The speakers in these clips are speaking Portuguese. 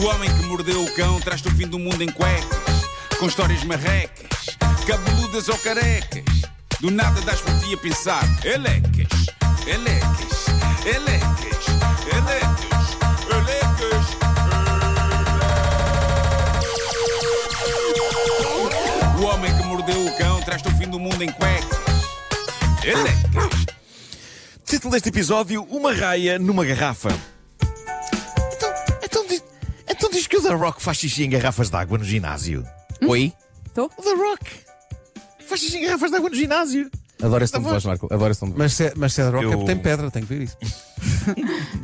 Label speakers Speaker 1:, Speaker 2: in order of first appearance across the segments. Speaker 1: O homem que mordeu o cão traz-te o fim do mundo em cuecas, com histórias marrecas, cabeludas ou carecas. Do nada das por ti a pensar, elecas, elecas, elecas, elecas, elecas. O homem que mordeu o cão traz-te o fim do mundo em cuecas, elecas.
Speaker 2: Título deste episódio: Uma raia numa garrafa.
Speaker 3: Então, então, diz, então diz que o The Rock faz xixi em garrafas de água no ginásio.
Speaker 4: Oi?
Speaker 3: O The Rock faz xixi em garrafas de água no ginásio.
Speaker 4: Adoro esse tom de
Speaker 3: Tá bom.
Speaker 4: voz, Marco. Adoro esse tom de voz.
Speaker 5: Mas se, mas se é de rock, é
Speaker 2: Eu-
Speaker 5: porque tem pedra, tem que ver isso.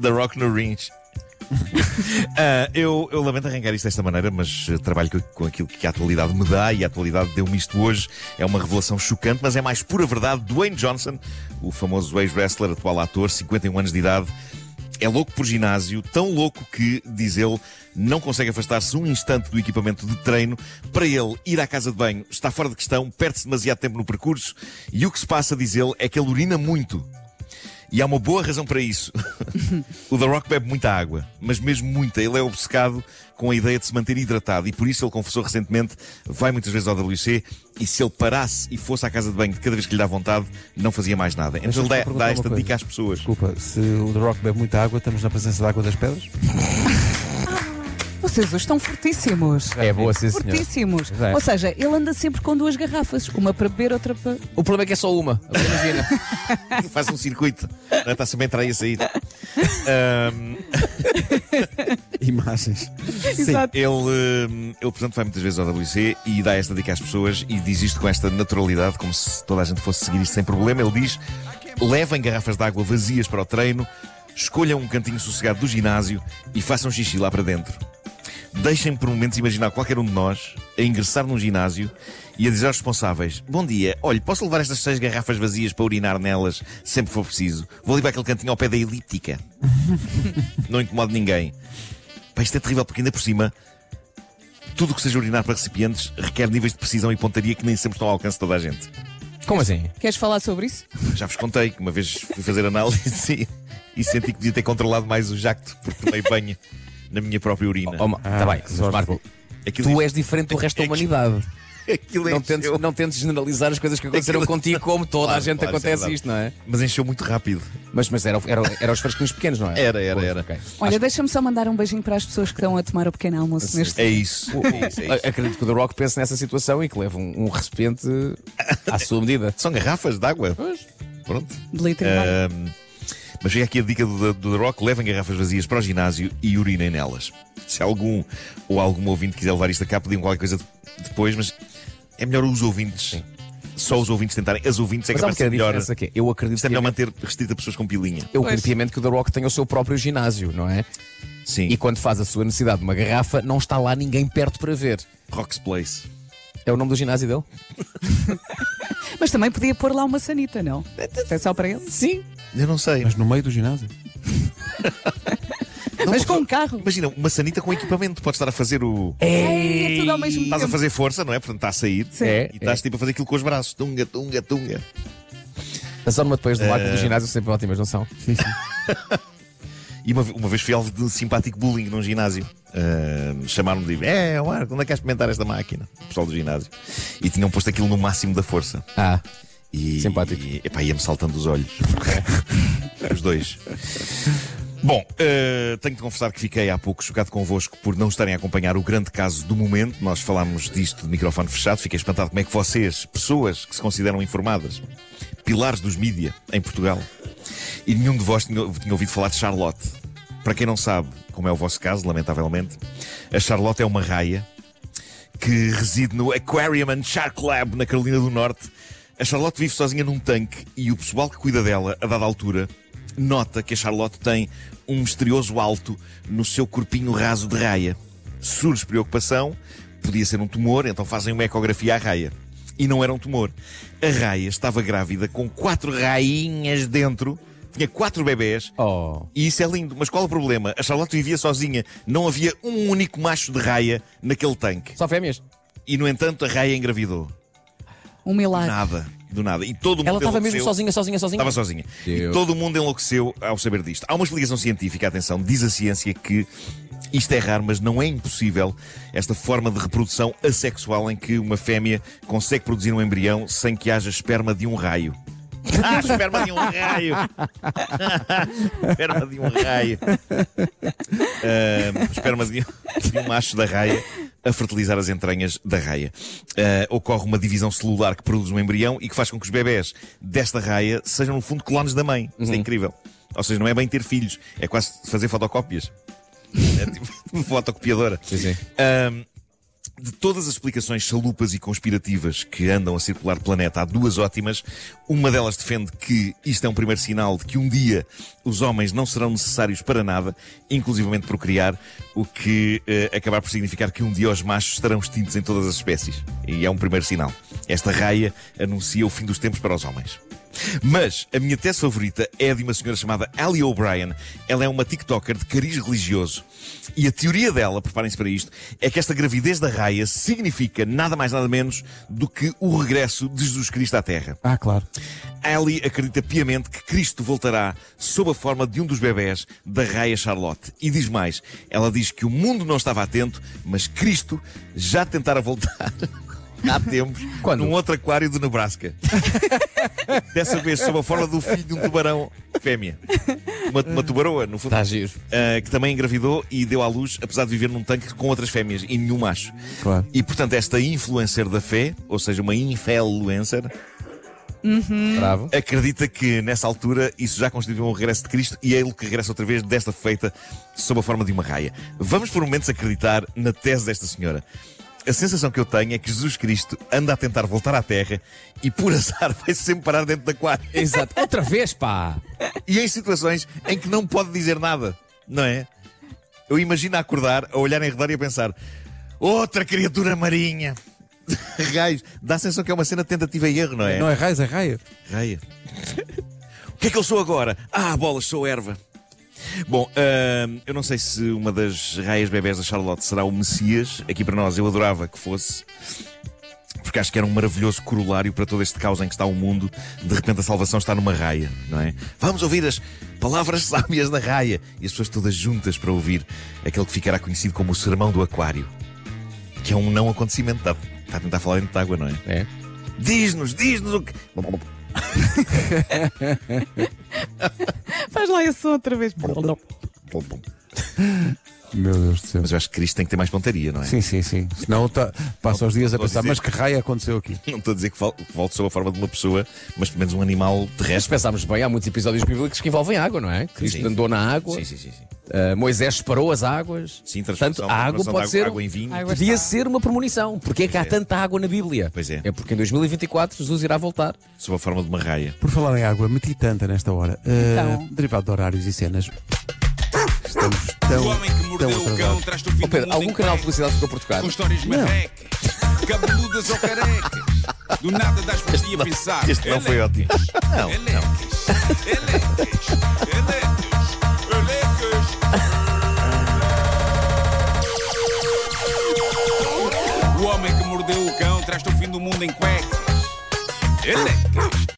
Speaker 3: The Rock no rins. Ah, eu, eu lamento arrancar isto desta maneira, mas eh, trabalho co- com aquilo que a atualidade me dá e a atualidade deu-me isto hoje. É uma revelação chocante, mas é mais pura verdade. Dwayne Johnson, o famoso ex-wrestler, atual ator, 51 anos de idade, é louco por ginásio, tão louco que, diz ele, não consegue afastar-se um instante do equipamento de treino. Para ele, ir à casa de banho está fora de questão, perde-se demasiado tempo no percurso e o que se passa, diz ele, é que ele urina muito. E há uma boa razão para isso. o The Rock bebe muita água, mas mesmo muita. Ele é obcecado com a ideia de se manter hidratado e por isso ele confessou recentemente, vai muitas vezes ao WC e se ele parasse e fosse à casa de banho de cada vez que lhe dá vontade, não fazia mais nada. Então
Speaker 5: Deixa-me
Speaker 3: ele
Speaker 5: só
Speaker 3: dá,
Speaker 5: perguntar
Speaker 3: dá
Speaker 5: uma
Speaker 3: esta
Speaker 5: coisa.
Speaker 3: dica às pessoas.
Speaker 5: Desculpa, se o The Rock bebe muita água, estamos na presença da água das pedras?
Speaker 6: Vocês hoje estão fortíssimos.
Speaker 4: É boa, sim, senhor.
Speaker 6: Fortíssimos.
Speaker 4: Pois é.
Speaker 6: Ou seja, ele anda sempre com duas garrafas, uma para beber, outra para.
Speaker 4: O problema é que é só uma. Agora Imagina.
Speaker 3: Faz um circuito. Não é? Está sempre a entrar e a sair. Ahm,
Speaker 5: Imagens.
Speaker 6: Exato.
Speaker 3: ele, hum, ele, portanto, vai muitas vezes ao WC e dá esta dica às pessoas e diz isto com esta naturalidade, como se toda a gente fosse seguir isto sem problema. Ele diz: levem garrafas de água vazias para o treino, escolham um cantinho sossegado do ginásio e façam xixi lá para dentro. Deixem-me por momentos imaginar qualquer um de nós a ingressar num ginásio e a dizer aos responsáveis: Bom dia, olha, posso levar estas seis garrafas vazias para urinar nelas sempre que for preciso? Vou ali para aquele cantinho ao pé da elíptica. Não incomodo ninguém. Pá, isto é terrível porque ainda por cima tudo o que seja urinar para recipientes requer níveis de precisão e pontaria que nem sempre estão ao alcance de toda a gente.
Speaker 4: Como assim?
Speaker 6: Queres falar sobre isso?
Speaker 3: Já vos contei que uma vez fui fazer análise e, e senti que devia ter controlado mais o jacto porque tomei banho na minha própria urina.
Speaker 4: Oh, ma- tá bem, mas Marco,
Speaker 3: Ah, Aquilo
Speaker 4: tu és diferente do resto da
Speaker 3: É que-
Speaker 4: humanidade.
Speaker 3: aquilo
Speaker 4: Não tentes,
Speaker 3: encheu-
Speaker 4: não tentes generalizar as coisas que aconteceram
Speaker 3: Aquilo-
Speaker 4: contigo, como toda a
Speaker 3: Claro,
Speaker 4: gente
Speaker 3: claro, isso é
Speaker 4: acontece
Speaker 3: verdade.
Speaker 4: isto, não é?
Speaker 3: Mas encheu muito rápido.
Speaker 4: Mas, mas era, era, era os fresquinhos pequenos, não é?
Speaker 3: Era, era, era.
Speaker 4: ok.
Speaker 6: Olha, deixa-me só mandar um beijinho para as pessoas que estão a tomar o pequeno almoço neste.
Speaker 3: É isso. É isso, é isso.
Speaker 4: A- Acredito que o The Rock pense nessa situação e que leva um, um recipiente à sua medida.
Speaker 3: São garrafas de água. Pronto.
Speaker 6: de litro e meio.
Speaker 3: Ahm, mas fica aqui a dica do, do The Rock: levem garrafas vazias para o ginásio e urinem nelas. Se algum ou algum ouvinte quiser levar isto a cá, pediam qualquer coisa de- depois, mas é melhor os ouvintes. Só os ouvintes tentarem. As ouvintes é que
Speaker 4: Mas há um
Speaker 3: vai ser
Speaker 4: bocadinho a
Speaker 3: melhor.
Speaker 4: diferença aqui. Eu acredito
Speaker 3: Isto é melhor
Speaker 4: piamente-
Speaker 3: manter restrito a pessoas com pilinha.
Speaker 4: eu
Speaker 6: Pois.
Speaker 4: acredito piamente que o The Rock tem o seu próprio ginásio, não é?
Speaker 3: Sim.
Speaker 4: E quando faz a sua necessidade de uma garrafa, não está lá ninguém perto para ver.
Speaker 3: Rock's Place.
Speaker 4: É o nome do ginásio dele?
Speaker 6: Mas também podia pôr lá uma sanita, não? É só para ele.
Speaker 4: Sim.
Speaker 3: Eu não sei.
Speaker 5: Mas no meio do ginásio?
Speaker 3: Não,
Speaker 6: Mas
Speaker 3: porque-
Speaker 6: com um carro.
Speaker 3: Imagina, uma sanita com equipamento. Pode estar a fazer o.
Speaker 6: É, é tudo ao mesmo
Speaker 3: Estás a
Speaker 6: tempo.
Speaker 3: fazer força, não é? Portanto, está a sair.
Speaker 6: Sim.
Speaker 4: É,
Speaker 3: E estás tipo a fazer aquilo com os braços. Tunga, tunga, tunga.
Speaker 4: As onomatopeias
Speaker 3: Eh,
Speaker 4: do Marco do ginásio são sempre ótimas, não são?
Speaker 5: Sim, sim.
Speaker 3: E uma, uma vez fui alvo de um simpático bullying num ginásio. Ah, Chamaram-me e É, Marco, onde é que queres experimentar esta máquina? O pessoal do ginásio. E tinham posto aquilo no máximo da força.
Speaker 4: Ah,
Speaker 3: E,
Speaker 4: Simpático.
Speaker 3: E, epá, ia-me saltando os olhos. os dois. Bom, eh, tenho de confessar que fiquei há pouco chocado convosco por não estarem a acompanhar o grande caso do momento. Nós falámos disto de microfone fechado. Fiquei espantado como é que vocês, pessoas que se consideram informadas, pilares dos mídia em Portugal, e nenhum de vós tinha, tinha ouvido falar de Charlotte. Para quem não sabe, como é o vosso caso, lamentavelmente, a Charlotte é uma raia que reside no Aquarium and Shark Lab, na Carolina do Norte. A Charlotte vive sozinha num tanque e o pessoal que cuida dela, a dada altura, nota que a Charlotte tem um misterioso alto no seu corpinho raso de raia. Surge preocupação, podia ser um tumor, então fazem uma ecografia à raia. E não era um tumor. A raia estava grávida com quatro rainhas dentro, tinha quatro bebés
Speaker 4: oh.
Speaker 3: e isso é lindo, mas qual o problema? A Charlotte vivia sozinha, não havia um único macho de raia naquele tanque.
Speaker 4: Só fêmeas?
Speaker 3: E no entanto a raia engravidou.
Speaker 6: Um
Speaker 3: Do
Speaker 6: milagre.
Speaker 3: Nada, do nada. E todo o mundo
Speaker 4: Ela estava mesmo
Speaker 3: enlouqueceu.
Speaker 4: sozinha, sozinha, sozinha?
Speaker 3: Estava sozinha. E
Speaker 4: Deus.
Speaker 3: todo o mundo enlouqueceu ao saber disto. Há uma explicação científica, atenção, diz a ciência que Isto é raro, mas não é impossível esta forma de reprodução assexual em que uma fêmea consegue produzir um embrião sem que haja esperma de um raio. Ah, esperma de um raio! esperma de um raio. Ah, esperma de um, de um macho da raia a fertilizar as entranhas da raia. Ah, ocorre uma divisão celular que produz um embrião e que faz com que os bebés desta raia sejam, no fundo, clones da mãe. Isto é incrível. Ou seja, não é bem ter filhos, é quase fazer fotocópias. É tipo fotocopiadora. Ahm, de todas as explicações chalupas e conspirativas que andam a circular planeta, há duas ótimas. Uma delas defende que isto é um primeiro sinal de que um dia os homens não serão necessários para nada, inclusivamente procriar, o que eh, acabar por significar que um dia os machos estarão extintos em todas as espécies. E é um primeiro sinal. Esta raia anuncia o fim dos tempos para os homens. Mas a minha tese favorita é a de uma senhora chamada Ellie O'Brien. Ela é uma TikToker de cariz religioso. E a teoria dela, preparem-se para isto, é que esta gravidez da raia significa nada mais nada menos do que o regresso de Jesus Cristo à Terra.
Speaker 5: Ah, claro.
Speaker 3: Ali acredita piamente que Cristo voltará sob a forma de um dos bebés da raia Charlotte. E diz mais: ela diz que o mundo não estava atento, mas Cristo já tentara voltar. Há tempos,
Speaker 4: Quando?
Speaker 3: num outro aquário do Nebraska. Dessa vez, sob a forma do filho de um tubarão fêmea. Uma, uma tubaroa, no fundo.
Speaker 4: Está Tá giro.
Speaker 3: Uh, que também engravidou e deu à luz, apesar de viver num tanque com outras fêmeas e nenhum macho.
Speaker 5: Claro.
Speaker 3: E portanto, esta influencer da fé, ou seja, uma influencer,
Speaker 4: Bravo.
Speaker 3: acredita que nessa altura isso já constituiu um regresso de Cristo e é ele que regressa outra vez desta feita sob a forma de uma raia. Vamos por momentos acreditar na tese desta senhora. A sensação que eu tenho é que Jesus Cristo anda a tentar voltar à Terra e, por azar, vai sempre parar dentro da aquário.
Speaker 4: Exato. Outra vez, pá.
Speaker 3: E em situações em que não pode dizer nada, não é? Eu imagino a acordar, a olhar em redor e a pensar: outra criatura marinha. Raios, dá a sensação que é uma cena de tentativa e erro, não é?
Speaker 5: Não é raiz, é raia.
Speaker 3: Raia. o que é que eu sou agora? Ah, bolas, sou erva. Bom, ahm, eu não sei se uma das raias bebés da Charlotte será o Messias. Aqui para nós, eu adorava que fosse. Porque acho que era um maravilhoso corolário para todo este caos em que está o mundo. De repente a salvação está numa raia, não é? Vamos ouvir as palavras sábias da raia. E as pessoas todas juntas para ouvir aquele que ficará conhecido como o Sermão do Aquário. Que é um não acontecimento. Está, está a tentar falar dentro de água, não é?
Speaker 4: É.
Speaker 3: Diz-nos, diz-nos o que...
Speaker 6: Faz lá esse som outra vez.
Speaker 5: Meu Deus do céu.
Speaker 3: Mas eu acho que Cristo tem que ter mais pontaria, não é?
Speaker 5: Sim, sim, sim. Senão tá, passa os dias a
Speaker 3: Vou
Speaker 5: pensar,
Speaker 3: dizer.
Speaker 5: mas que raia aconteceu aqui?
Speaker 3: Não estou a dizer que vol- que volte sob a forma de uma pessoa, mas pelo menos um animal
Speaker 4: Mas
Speaker 3: terrestre.
Speaker 4: pensámos bem, há muitos episódios bíblicos que envolvem água, não é? Cristo
Speaker 3: Sim.
Speaker 4: andou na água,
Speaker 3: Sim, sim, sim. Sim,
Speaker 4: ah, Moisés separou as águas.
Speaker 3: sim
Speaker 4: Portanto,
Speaker 3: transformação-
Speaker 4: a água
Speaker 3: transformação
Speaker 4: pode
Speaker 3: de
Speaker 4: ser.
Speaker 3: Água em vinho.
Speaker 6: Água
Speaker 4: Podia
Speaker 6: está.
Speaker 4: ser uma premonição. Porquê é que há tanta água na Bíblia?
Speaker 3: Pois é.
Speaker 4: É porque em 2024 Jesus irá voltar.
Speaker 3: Sob a forma de uma raia.
Speaker 5: Por falar em água, meti tanta nesta hora.
Speaker 6: Então.
Speaker 5: Ah, derivado de horários e cenas. Estamos
Speaker 1: O
Speaker 4: Então,
Speaker 5: tão,
Speaker 1: homem que
Speaker 5: tão
Speaker 1: mordeu o cão
Speaker 5: atrasados.
Speaker 1: traz-te o fim
Speaker 4: Oh, Pedro,
Speaker 1: do mundo
Speaker 4: algum
Speaker 1: em
Speaker 4: canal de
Speaker 1: cuecas,
Speaker 4: publicidade ficou por tocar?
Speaker 1: Com histórias marrecas, cabeludas ou carecas. Do nada das por ti a pensar.
Speaker 3: Este não foi
Speaker 1: Ele-
Speaker 3: ótimo. Não,
Speaker 1: Eleques,
Speaker 3: não.
Speaker 1: eleques, eleques, eleques. O homem que mordeu o cão traz-te o fim do mundo em cuecas. Eleques.